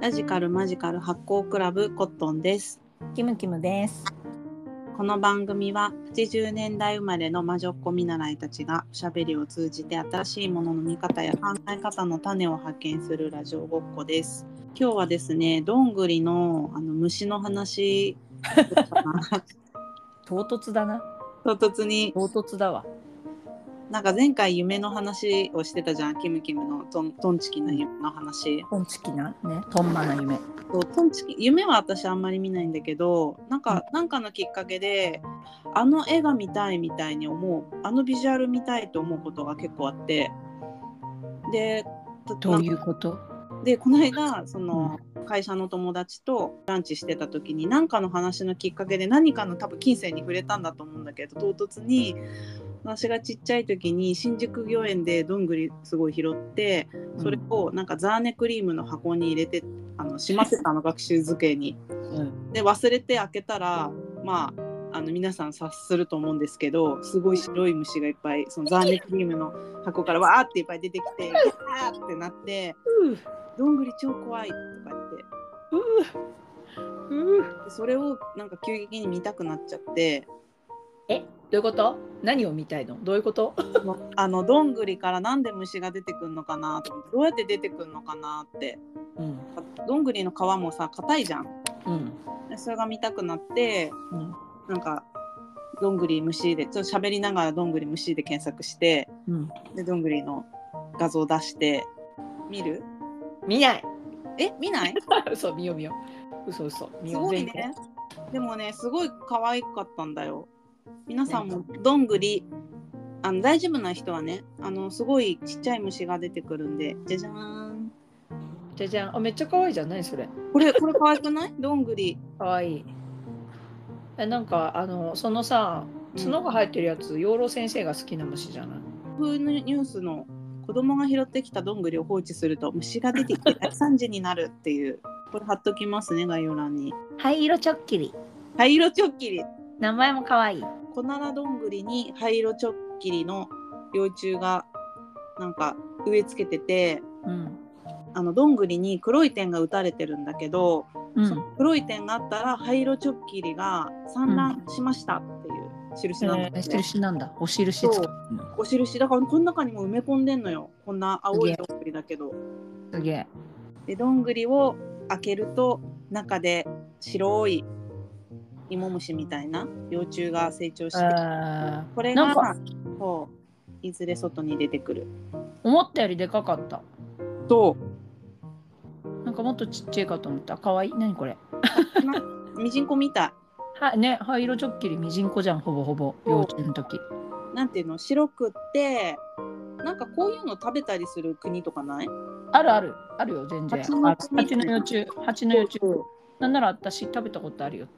ラジカルマジカル発行クラブコットンですキムキムです。この番組は80年代生まれの魔女っ子見習いたちがおしゃべりを通じて新しいものの見方や考え方の種を発見するラジオごっこです今日はですねどんぐりのあの虫の話唐突だな。唐突に唐突だわ。なんか前回夢の話をしてたじゃんキムキムのトントンチキの夢の話トンチキなね。トンマな夢。そうトンチキ夢は私あんまり見ないんだけどなんかなんかのきっかけであの絵が見たいみたいに思うあのビジュアル見たいと思うことが結構あってでたどういうこと？でこの間その会社の友達とランチしてた時に何かの話のきっかけで何かの多分金銭に触れたんだと思うんだけど唐突に私がちっちゃい時に新宿御苑でどんぐりすごい拾ってそれをなんかザーネクリームの箱に入れてあのしまってたの学習机に。うん。で忘れて開けたらまああの皆さん察すると思うんですけどすごい白い虫がいっぱいそのザーネクリームの箱からわーっていっぱい出てきてわーってなって。どんぐり超怖いとか言ってううでそれをなんか急激に見たくなっちゃってえ、どういうこと？何を見たいの？どういうこと？あのどんぐりからなんで虫が出てくるのかなと思ってどうやって出てくるのかなってうん。どんぐりの皮もさ硬いじゃんうん。でそれが見たくなってうん。なんかどんぐり虫でちょっと喋りながらどんぐり虫で検索してうん。でどんぐりの画像出して見る見ない。 え見ない嘘見よう見よう。嘘嘘。見すようごい全ねでもねすごい可愛かったんだよ皆さんもどんぐりあの大丈夫な人はねあのすごいちっちゃい虫が出てくるんでじゃじゃーん部じゃじゃん。あめっちゃ可愛いじゃないそれ。これこれ可愛くないどんぐり可愛い。えなんかあのそのさ角が生えてるやつ、養老先生が好きな虫じゃない。風のニュースの子供が拾ってきたどんぐりを放置すると虫が出てきて大惨事になるっていうこれ貼っときますね概要欄に灰色ちょっきり。灰色チョッキリ名前も可愛い。コナラどんぐりに灰色チョッキリの幼虫がなんか植え付けててうん。あのどんぐりに黒い点が打たれてるんだけど、うその黒い点があったら灰色チョッキリが産卵しましたっていう印なんだえーけど、印なんだ。お印そうつけてるのお印だからこの中にも埋め込んでんのよこんな青いどんぐりだけどすげえ。でどんぐりを開けると中で白い芋虫みたいな幼虫が成長してあーこれがなんかそういずれ外に出てくる思ったよりでかかった。となんかもっとちっちゃいかと思った。かわいい。なにこれ。ミジンコみたいはい、ね、灰色ちょっきりみじんこじゃん、ほぼほぼ。そう幼稚園の時。なんていうの白くってなんかこういうの食べたりする国とかないあるある。あるよ、全然。蜂のあ蜂の幼虫。蜂の幼虫。こなんなら私、食べたことあるよ。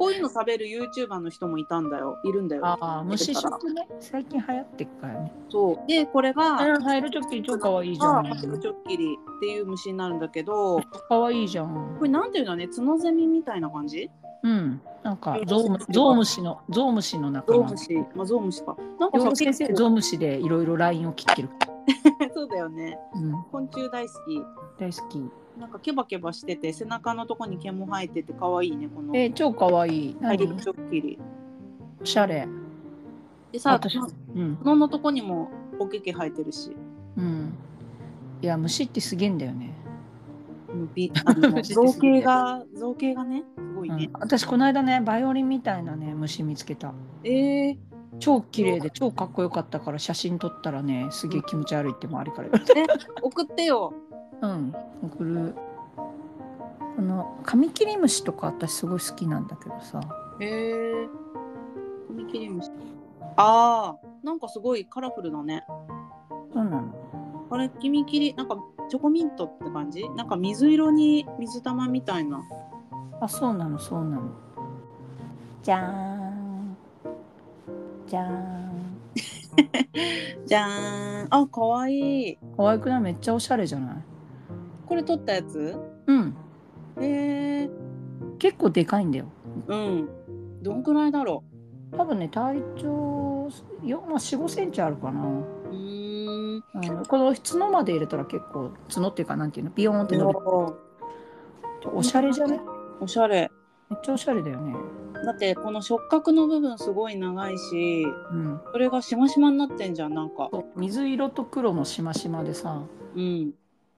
ういうの食べる YouTuber の人もいたんだよいるんだよああ、虫食ね。最近流行ってっからね。そうでこれがあ灰色ちょっきり超かわいいじゃあん。パチクチョッキリっていう虫になるんだけどこかわいいじゃん。れなんていうのね角ゼミみたいな感じうん。なんか、ゾウムゾウムシの、ゾウムシの仲ゾウ間ム。シまあゾウムシかなんか養さ老先生、結構ゾウムシでいろいろラインを切ってる。 そうだよねうん。昆虫大好き大好き。なんかケバケバしてて背中のとこに毛も生えてて可愛いねこのえー、超可愛い。パチ何クチョッキリおしゃれ。でさ私角うん。のとこにもおけけ生えてるしうん。いや、虫ってすげえんだよね。うんび あの虫造形が造形がねすごいうんね、、私、この間ね、バイオリンみたいなね、虫見つけた。えー超綺麗で、超かっこよかったから、写真撮ったらね、すげえ気持ち悪いって周りから言われえ送ってよ。た。うん。送る。このカミキリムシとか私すごい好きなんだけどさへえ。踏切虫。ああ、なんかすごいカラフルだね。そうなのこれ君切りなんかチョコミントって感じ？なんか水色に水玉みたいな。あそうなのそうなのじゃーんじゃーんじゃーん。あ、可愛いい。可愛くないめっちゃおしゃれじゃないこれ撮ったやつ？うんへえ。結構でかいんだようん。どんくらいだろ多分ね体長よ、まあ、45センチあるかなう。うーん。ん。うん、この角まで入れたら結構角っていうかなんていうのビヨーンって伸びるおしゃれじゃねおしゃれ。めっちゃおしゃれだよねだってこの触覚の部分すごい長いし、うんそれがしましまになってんじゃんなんか。そう水色と黒のしましまでさうん。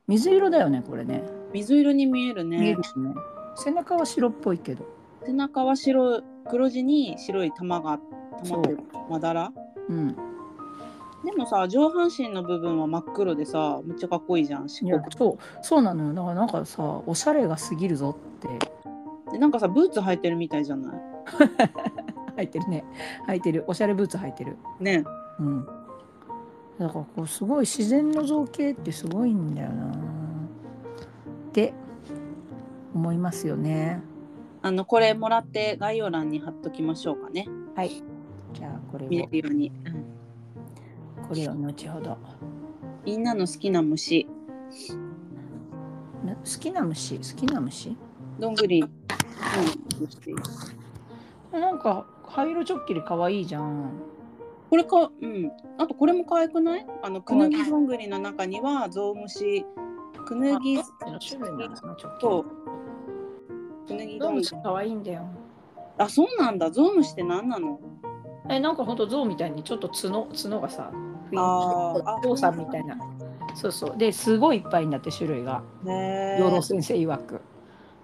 水色だよねこれね水色に見えるね。見えるしね背中は白っぽいけど背中は白黒地に白い玉が玉っていうかまだら。うんでもさ上半身の部分は真っ黒でさめっちゃかっこいいじゃん四い国やそうそうなのよだからなんかさおしゃれが過ぎるぞってでなんかさブーツ履いてるみたいじゃない履いてるね履いてるおしゃれブーツ履いてるねうんだからこうすごい自然の造形ってすごいんだよなって思いますよねあのこれもらって概要欄に貼っときましょうかねはいじゃあこれを見れるように、これを後ほどみんなの好きな虫な好きな虫好きな虫どんぐり、うん、なんか灰色チョッキリ可愛いじゃんこれかうんあとこれも可愛くないあのくぬぎどんぐりの中にはゾウムシくぬぎの種類なんだなチョッキリとくぬぎどんゾウぐムりシ可愛いんだよあそうなんだゾウムシって何なのえなんかほんとゾウみたいにちょっと角角がさあーあゾウさんみたいなそうそうですごいいっぱいになって種類がへ養老先生曰く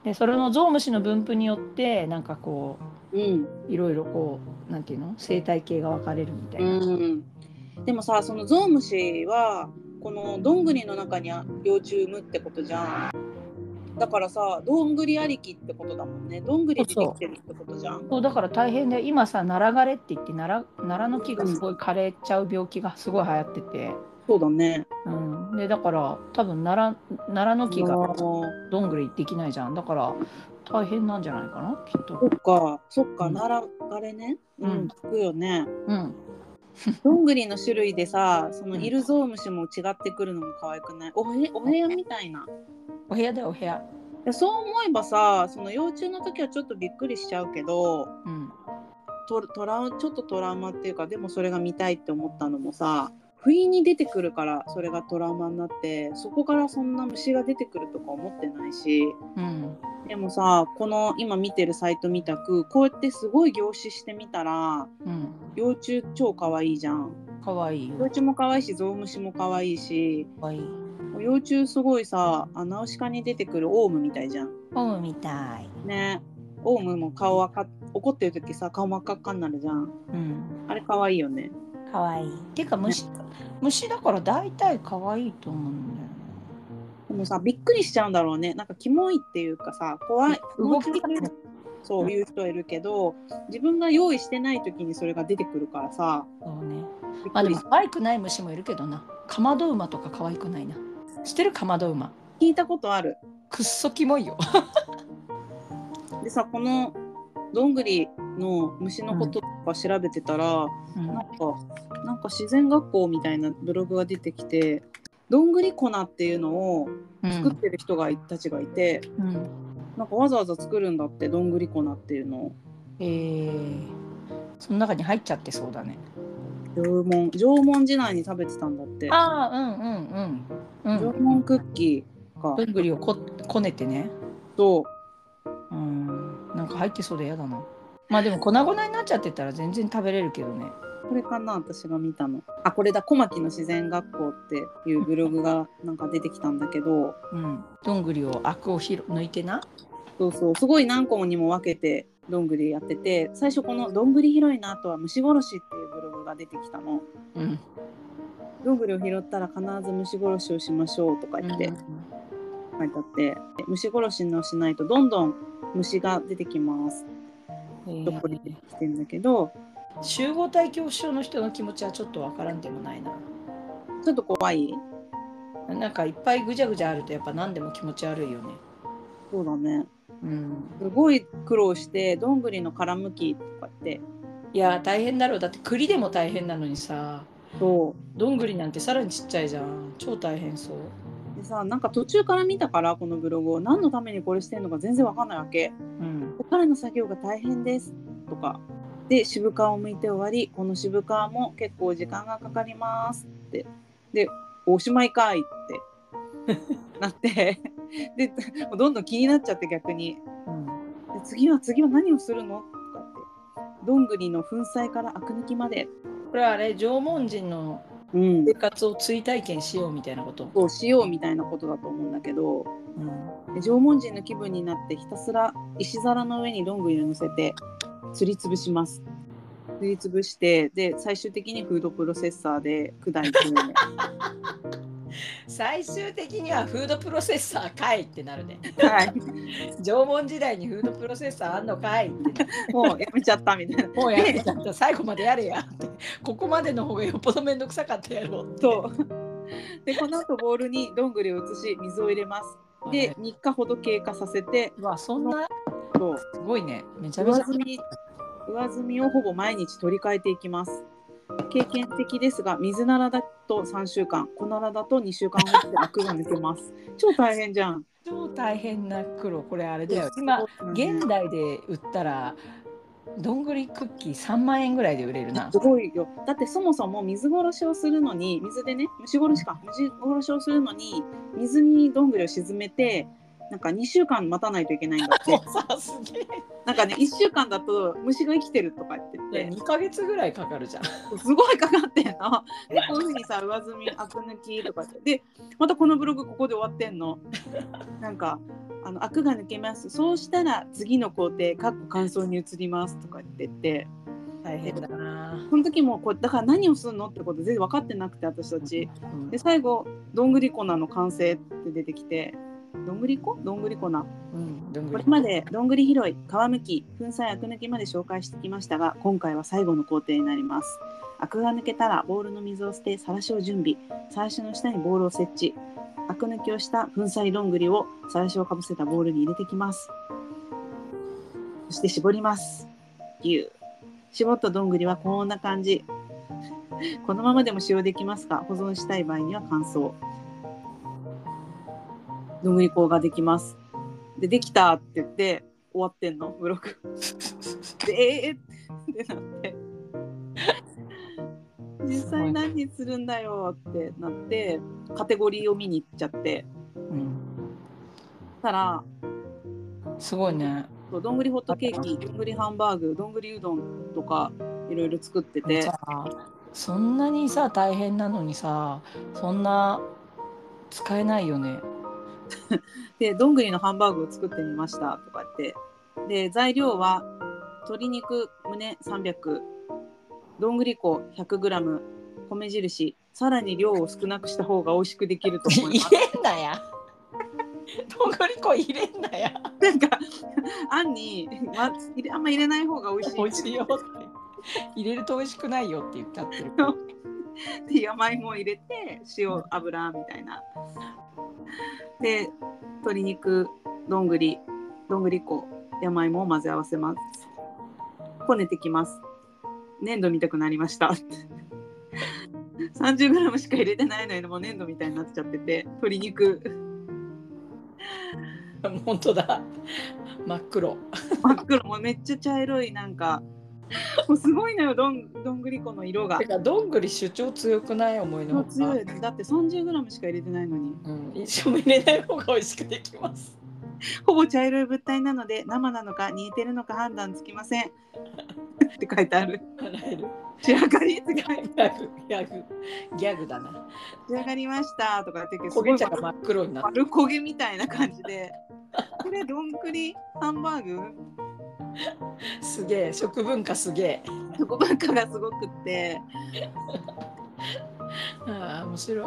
でそれのゾウムシの分布によってなんかこうんういろいろこうなんていうの生態系が分かれるみたいな、うん、でもさそのゾウムシはこのどんぐりの中にあ幼虫産むってことじゃんだからさどんぐりありきってことだもんねどんぐりでできてるってことじゃんそうだから大変で今さナラ枯れって言ってナラナラの木がすごい枯れちゃう病気がすごい流行ってて、そうだねうん、でだから多分ナラナラの木あがーどんぐりできないじゃんだから大変なんじゃないかなきっそとっかそっうかんならあれねううんん聞くよねうんどんぐりの種類でさそのうんいるゾウムシも違ってくるのも可愛くないおへお部屋みたいなお部屋だよお部屋でそう思えばさその幼虫の時はちょっとびっくりしちゃうけどうんトトラウちょっとトラウマっていうかでもそれが見たいって思ったのもさ不意に出てくるからそれがトラウマになってそこからそんな虫が出てくるとか思ってないしうんでもさこの今見てるサイトみたくこうやってすごい凝視してみたらうん幼虫超可愛いじゃんかわいい幼よ虫も可愛いしゾウムシも可愛いしかわいい幼虫すごいさあナウシカに出てくるオウムみたいじゃんホームみたいねオウムも顔赤っ怒ってる時さ顔真っ赤っかになるじゃんうんあれ可愛いよね可愛いい。てか虫、虫だから大体可愛いと思うんだよね。でもさびっくりしちゃうんだろうねなんかキモいっていうかさ怖い動きキがモいねそういう人いるけど自分が用意してない時にそれが出てくるからさそうね。びっまあくでりも可愛くない虫もいるけどな。かまど馬とか可愛くないな。知ってるかまど馬。聞いたことあるくっそキモいよ。でさこのどんぐりの虫のこととか調べてたら、うんなんかなんか自然学校みたいなブログが出てきてどんぐり粉っていうのを作ってる人がいたちがいて、うん。なんかわざわざ作るんだってどんぐり粉っていうのをえー、その中に入っちゃってそうだね。縄文縄文時代に食べてたんだってああ、うんうんうん。縄うん。文クッキーかどんぐりをここねてね。とうん。なんか入ってそうで嫌だな。まあでも粉々になっちゃってたら全然食べれるけどね。これかな私が見たのあこれだ小牧の自然学校っていうブログがなんか出てきたんだけどうん。どんぐりをアクをひろ抜いてな。そうそうすごい何個にも分けてどんぐりやってて最初この「どんぐり拾いの後は虫殺し」っていうブログが出てきたの。うん。どんぐりを拾ったら必ず虫殺しをしましょうとか言って書いてあって、虫殺しのしないとどんどん虫が出てきますえとこにー出てきてんだけど集合体恐怖症の人の気持ちはちょっとわからんでもないな。ちょっと怖いなんかいっぱいぐじゃぐじゃあるとやっぱ何でも気持ち悪いよね。そうだねうん、すごい苦労してどんぐりの殻むきとかっていやー大変だろうだって栗でも大変なのにさそうどんぐりなんてさらにちっちゃいじゃん超大変そう。でさなんか途中から見たからこのブログを何のためにこれしてるのか全然わかんないわけ。うん、ここからの作業が大変ですとかで渋皮を剥いて終わりこの渋皮も結構時間がかかりますってでおしまいかいってなって でもうどんどん気になっちゃって逆にうんで次は次は何をするのとかってどんぐりの粉砕からアク抜きまで、これはあれ縄文人のうん生、活を追体験しようみたいなこと、をしようみたいなことだと思うんだけどうん、で縄文人の気分になってひたすら石皿の上にどんぐりを乗せてすりつぶします。すりつぶしてで最終的にフードプロセッサーで砕いて最終的にはフードプロセッサーかいってなるねはい縄文時代にフードプロセッサーあんのかいってもうやめちゃったみたいな。もうやめちゃった最後までやれや ってここまでの方がよっぽど面倒くさかったやろってそうでこの後ボウルにどんぐりを移し水を入れます。でで3日ほど経過させてまあそんなそうすごいねめちゃめ上ちゃ積み上積みをほぼ毎日取り替えていきます経験的ですが水ならだと3週間粉ならだと2週間ほどでアクが抜けます 超大変じゃん超大変な苦労これあれだよ今現代で売ったらどんぐりクッキー3万円ぐらいで売れる なすごいよだってそもそも水殺しをするのに水でね虫殺しか虫殺しをするのに水にどんぐりを沈めてなんか2週間待たないといけないんだっ てもうさすげなんかね1週間だと虫が生きてるとかって言えって2ヶ月ぐらいかかるじゃんすごいかかってんの。でこういうふうにさ上積みあく抜きとかででまたこのブログここで終わってんの。なんかあのアクが抜けますそうしたら次の工程かっこ乾燥に移りますとか言ってて大変だなその時もこうだから何をするのってこと全然分かってなくて私たち。うんで最後どんぐり粉の完成って出てきて。どんぐり粉どんぐり粉うんどんぐこれりまでどんぐり拾い皮むき粉砕アク抜きまで紹介してきましたが今回は最後の工程になりますアクが抜けたらボウルの水を捨てさらしを準備さらしの下にボウルを設置アク抜きをした粉砕どんぐりをさらしをかぶせたボウルに入れてきますそして絞ります牛絞ったどんぐりはこんな感じ このままでも使用できますが保存したい場合には乾燥どんぐり粉ができますでできたって言って終わってんのブログでえー、ってなって実際何にするんだよってなってカテゴリーを見に行っちゃって うんたらすごいねそうどんぐりホットケーキどんぐりハンバーグどんぐりうどんとかいろいろ作っててさそんなにさ大変なのにさそんな使えないよねでどんぐりのハンバーグを作ってみましたとか言ってで材料は鶏肉胸300どんぐり粉 100g 米印さらに量を少なくした方が美味しくできると思い 入ます れんなやどんぐり粉入れんな やなんかあんに、まあ、入れあんま入れない方が美味しい美味しいよって入れると美味しくないよって言ったってる で山芋を入れて塩油みたいなで鶏肉どんぐりどんぐり粉山芋を混ぜ合わせますこねてきます粘土みたくなりました 30g しか入れてないのにもう粘土みたいになっちゃってて鶏肉本当だ真っ黒真っ黒もうめっちゃ茶色いなんかもうすごいのよどんどんぐり粉の色がてかどんぐり主張強くない思いのもほうか強いよねだって 30g しか入れてないのにうん、一緒も入れない方が美味しくできますほぼ茶色い物体なので生なのか煮えてるのか判断つきません って書いてある笑える仕上がりって書い ギてあるャグギャグギャグだな仕上がりましたとか言ってるけどす焦ごいげ茶が真っ黒になっ丸焦げみたいな感じでこれどんくりハンバーグてすげえ食文化すげえそこばっかがすごくってああ面白い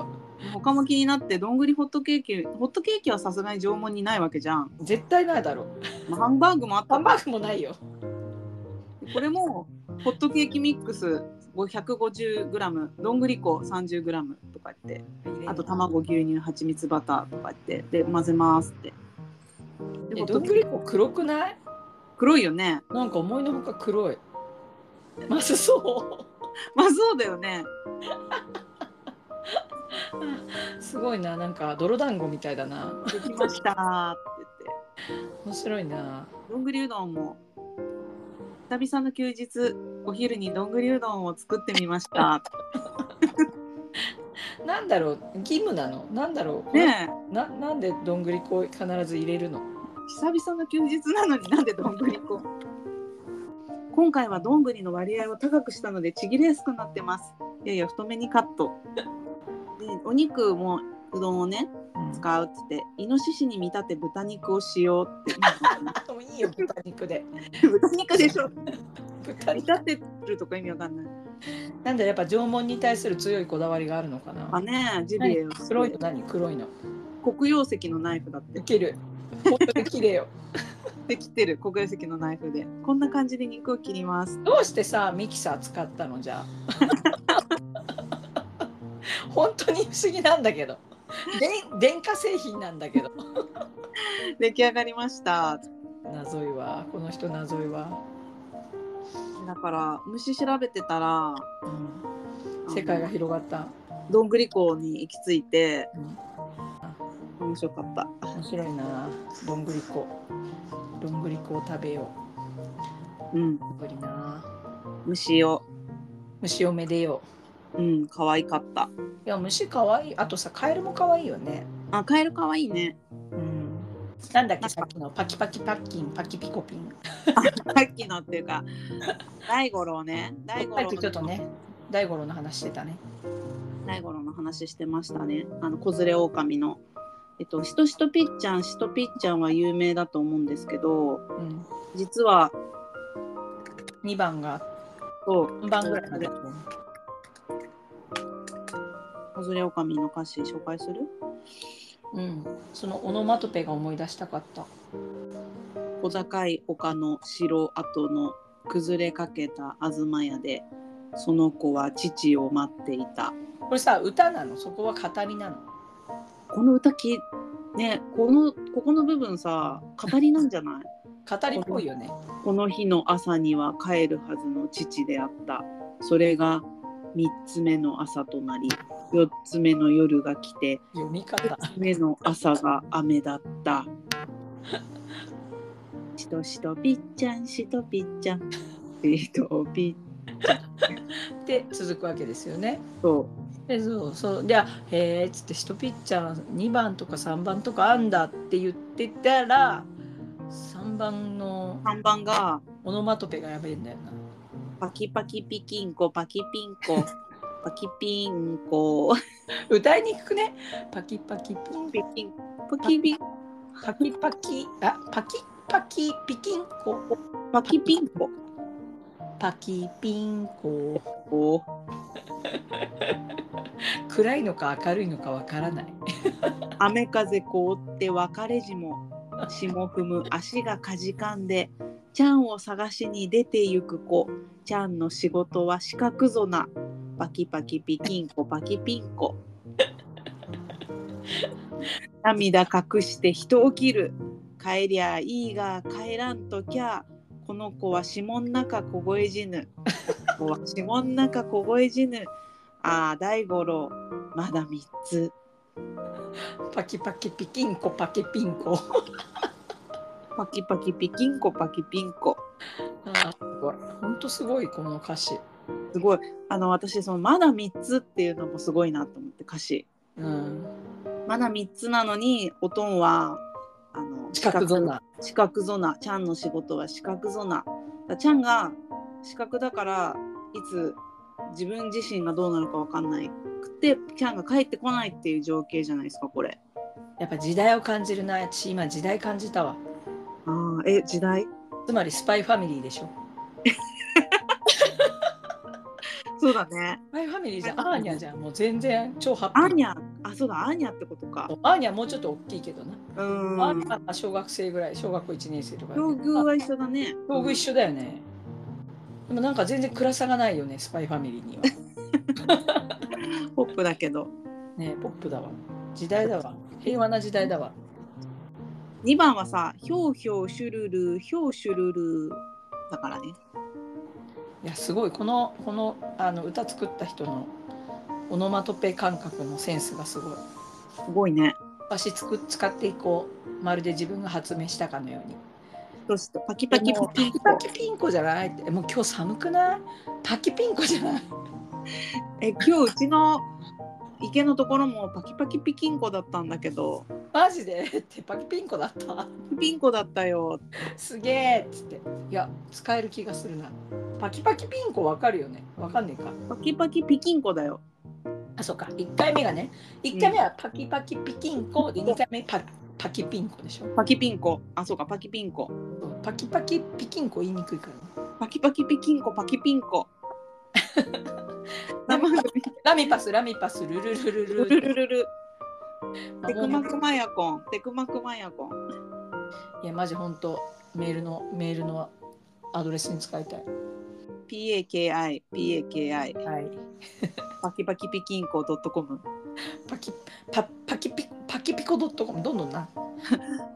他も気になってどんぐりホットケーキホットケーキはさすがに縄文にないわけじゃん、絶対ないだろうまあハンバーグもあったハんンだバーグもないよこれもホットケーキミックス 150g どんぐり粉 30g とか言ってあと卵牛乳蜂蜜バターとかってで混ぜますって。でえもどんぐり粉黒くない黒いよね。なんか思いのほか黒いまずそまあそうだよね。うすごいななんか泥団子みたいだなできましたーって言っ面白いなて。どんぐりうどんも久々の休日お昼にどんぐりうどんを作ってみました。なんだろう義務なのなんだろうねえななんでどんぐり粉必ず入れるの久々の休日なのになんでどんぐり粉今回はどんぐりの割合を高くしたのでちぎれやすくなってますいやいや太めにカットでお肉もうどんをねうん使うっつってイノシシに見立て豚肉を使用ってあもういいよ豚肉で豚肉でしょ 豚見肉立てるとか意味わかんないなんだろうやっぱ縄文に対する強いこだわりがあるのかあなねジビエを黒いの何黒いの黒曜石のナイフだっていける本当に綺麗よで切ってる黒曜石のナイフでこんな感じで肉を切りますどうしてさミキサー使ったのじゃあ 本当に不思議なんだけどで電化製品なんだけど出来上がりました謎いわこの人謎いわ、だから虫調べてたらうん、世界が広がったどんぐり港に行き着いて、うん面白かった面白いなどんぐりこどんぐりこを食べようんうどんぐりな虫を虫をめでようん可愛かったういや虫かわいいあとさカエルもかわいいよねあカエル可愛いねうんなんだなっけんかさっきのパキパキパッキンパキピコピンさっきのっていうか大五郎ね大五さっ郎きちょっとのね大五郎の話してたね大五郎の話してましたねあの子連れ狼のえっとしとしとぴっちゃんしとぴっちゃんは有名だと思うんですけどうん実は2番がそう3番ぐらいまで子連れ狼の歌詞紹介するうんそのオノマトペが思い出したかった小高い丘の城跡の崩れかけた東屋でその子は父を待っていたこれさ歌なのそこは語りなのこの歌きねこのここの部分さ語りなんじゃない語りっぽいよねこの日の朝には帰るはずの父であったそれが3つ目の朝となり4つ目の夜が来て読み方4つ目の朝が雨だったしとしとぴっちゃんしとぴっちゃんしとぴっで続くわけですよねとでそうそうであ「へえ」っつって「ひとぴっちゃん2番とか3番とかあんだ」って言ってたら3番の看板がオノマトペがやべえんだよな。パキパキピキンコパキピンコパキピンコ歌いにくくねパキパキピンピキンパキピンパキパキあパキパキピキンコパキピンコパキピンコお暗いのか明るいのかわからない。雨風凍って別れ時も霜踏む足がかじかんでちゃんを探しに出てゆく子ちゃんの仕事は四角ぞなパキパキピキンコパキピンコ涙隠して人を切る帰りゃいいが帰らんときゃこの子は霜ん中凍え死ぬこの子は霜ん中凍え死ぬああ大五郎まだ3つパキパキピキンコパキピンコ。パキパキピキンコパキピンコ。あすごい。本当すごいこの歌詞。すごい。あの私そのまだ3つっていうのもすごいなと思って歌詞。うん。まだ3つなのにおとんはあの近くぞな。四角ゾナ。ちゃんの仕事は四角ゾナ。だからちゃんが四角だからいつ自分自身がどうなるかわかんないくてちゃんが帰ってこないっていう情景じゃないですかこれ。やっぱ時代を感じるな。私今時代感じたわ。あーえ時代つまりスパイファミリーでしょ。そうだね。スパイファミリーじゃん。はいアーニャじゃん。もう全然超ハッピアー。ーニャあそうだアーニャってことか。アーニャもうちょっと大きいけどな。うアーんニ。ャは小学生ぐらい、小学校一年生とかだけ境ど。遇は一緒だね。あ境遇一緒だよね。でもなんか全然暗さがないよね、スパイファミリーには。ポップだけど。ねポップだわ。時代だわ。平和な時代だわ。 2番はさ、ひょうひょうしゅるる、ひょうしゅるるだからね。いやすごいこのこのあの歌作った人のオノマトペ感覚のセンスがすごい。すごいね。足つく使っていこうまるで自分が発明したかのように。そしてパキパキパキンパコ。キピンコじゃないってえもう今日寒くないパキピンコじゃないえ、今日うちの池のところもパキパキピキンコだったんだけどマジで ってパキピンコだったピンコだったよすげえっつっていや使える気がするなパキパキピンコわかるよねわかんねえかパキパキピキンコだよあそうか1回目がね1回目はパキパキピキンコで2回目パパキピンコでしょパキピンコあそうかパキピンコパキパキピキンコ言いにくいからねパキパキピキンコパキピンコ生首ラミパスラミパスルルルルルルルルルルテテククママクマヤコンテクマクマヤコンいやマジ本当メールのメールのアドレスに使いたい PAKI PAKI はいパキパキピキンコ .com パキパパキピパキピコドットコムどんどんな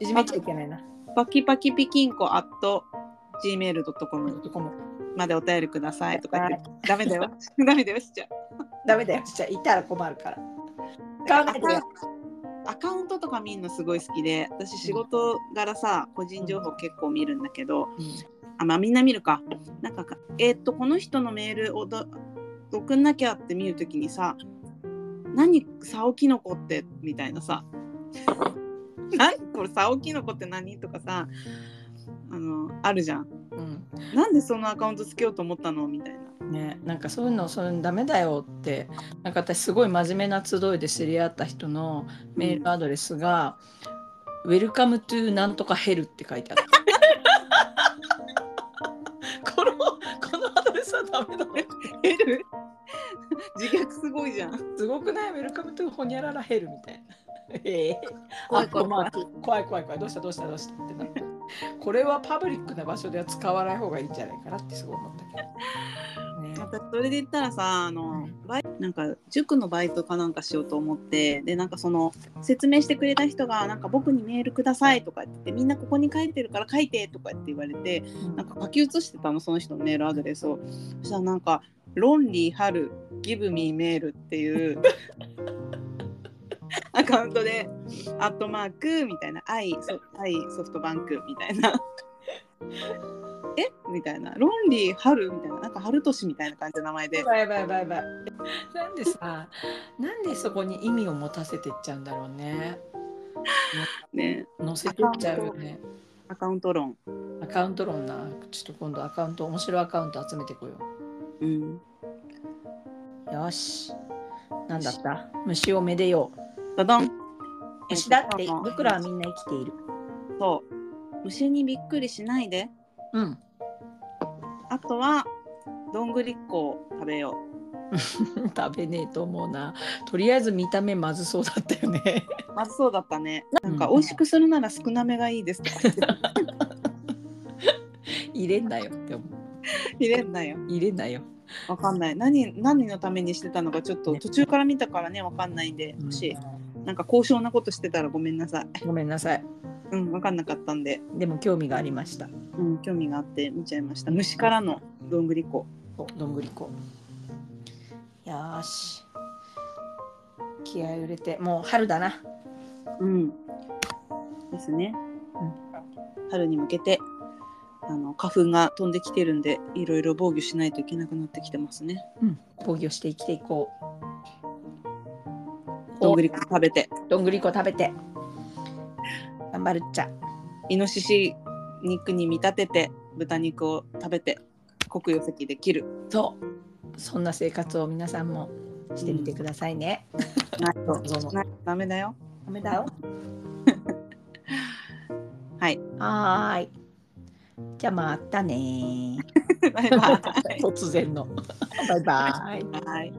縮めちゃいけないなパキパキピキンコ at gmail.com ドットコムまでお便りくださいとか言って、ダメだよ。 ダメだよ、しちゃう。ダメだよじゃあいたら困るから考えてよアカウントとか見るのすごい好きで、私仕事柄さ、個人情報結構見るんだけど、あ、まあみんな見るか。なんかか、えーっと、この人のメールをど送んなきゃって見るときにさ、何、サオキノコって、みたいなさ、 何これサオキノコって何とかさ、あの、あるじゃん。うんなんでそのアカウントつけようと思ったのみたいな。ね、なんかそういうのそういうのダメだよってなんか私すごい真面目な集いで知り合った人のメールアドレスが「Welcome to なんとかヘル」って書いてあった。 このこのアドレスはダメだね。ヘル自虐すごいじゃん。すごくない ?Welcome to ほにゃららヘルみたいな。 ええ怖い怖い怖いあ怖い怖い怖いどうしたどうしたどうしたってなってこれはパブリックな場所では使わない方がいいんじゃないかなってすごい思ったけど。ねまたそれで言ったらさあの、バイなんか塾のバイトかなんかしようと思ってでなんかその説明してくれた人が「なんか僕にメールください」とか言って「みんなここに書いてるから書いて」とかって言われてなんか書き写してたのその人のメールアドレスをそしたらなんか「ロンリーハルギブミーメール」っていう アカウントで「アットマーク」みたいな「愛ソ愛ソフトバンク」みたいな。 えみたいな「ロンリー春」みたいななんか春年みたいな感じの名前でバイバイバイバイ。なんでさ、なんでそこに意味を持たせてっちゃうんだろうね。ね載せてっちゃうよね。アカウント論、アカウント論な、ちょっと今度アカウント、面白いアカウント集めてこようん、う。よし。なんだった虫をめでよう。ダダン虫だって僕らはみんな生きている。そう虫にびっくりしないでうん。あとはどんぐりっこを食べよ食べねえと思うな。とりあえず見た目まずそうだったよ ね。うまずそうだったねうなんんか美味しくするなら少なめがいいですとか言って 入れんなよって思う。入れんなよ入れんなよ。わかんない何何のためにしてたのかちょっと途中から見たからねわかんないんでもしなんか高尚なことしてたらごめんなさいごめんなさい。うんわかんなかったんで、でも興味がありました。うん、興味があって見ちゃいました虫からのどんぐりっこおどんぐりこよーし気合い入れてもう春だなうん。ですね。春に向けて。あの花粉が飛んできてるんで、いろいろ防御しないといけなくなってきてますね。うん防御して生きていこうどんぐり粉食べて、どんぐりこ食べて頑張るっちゃイノシシ肉に見立てて、豚肉を食べて。黒曜石で切る。そうそんな生活を皆さんもしてみてくださいね、ないどうぞと、ないとダメだよ。ダメだよはい。 はーいじゃあまたねーバイバイ。突然の バイバーイはい。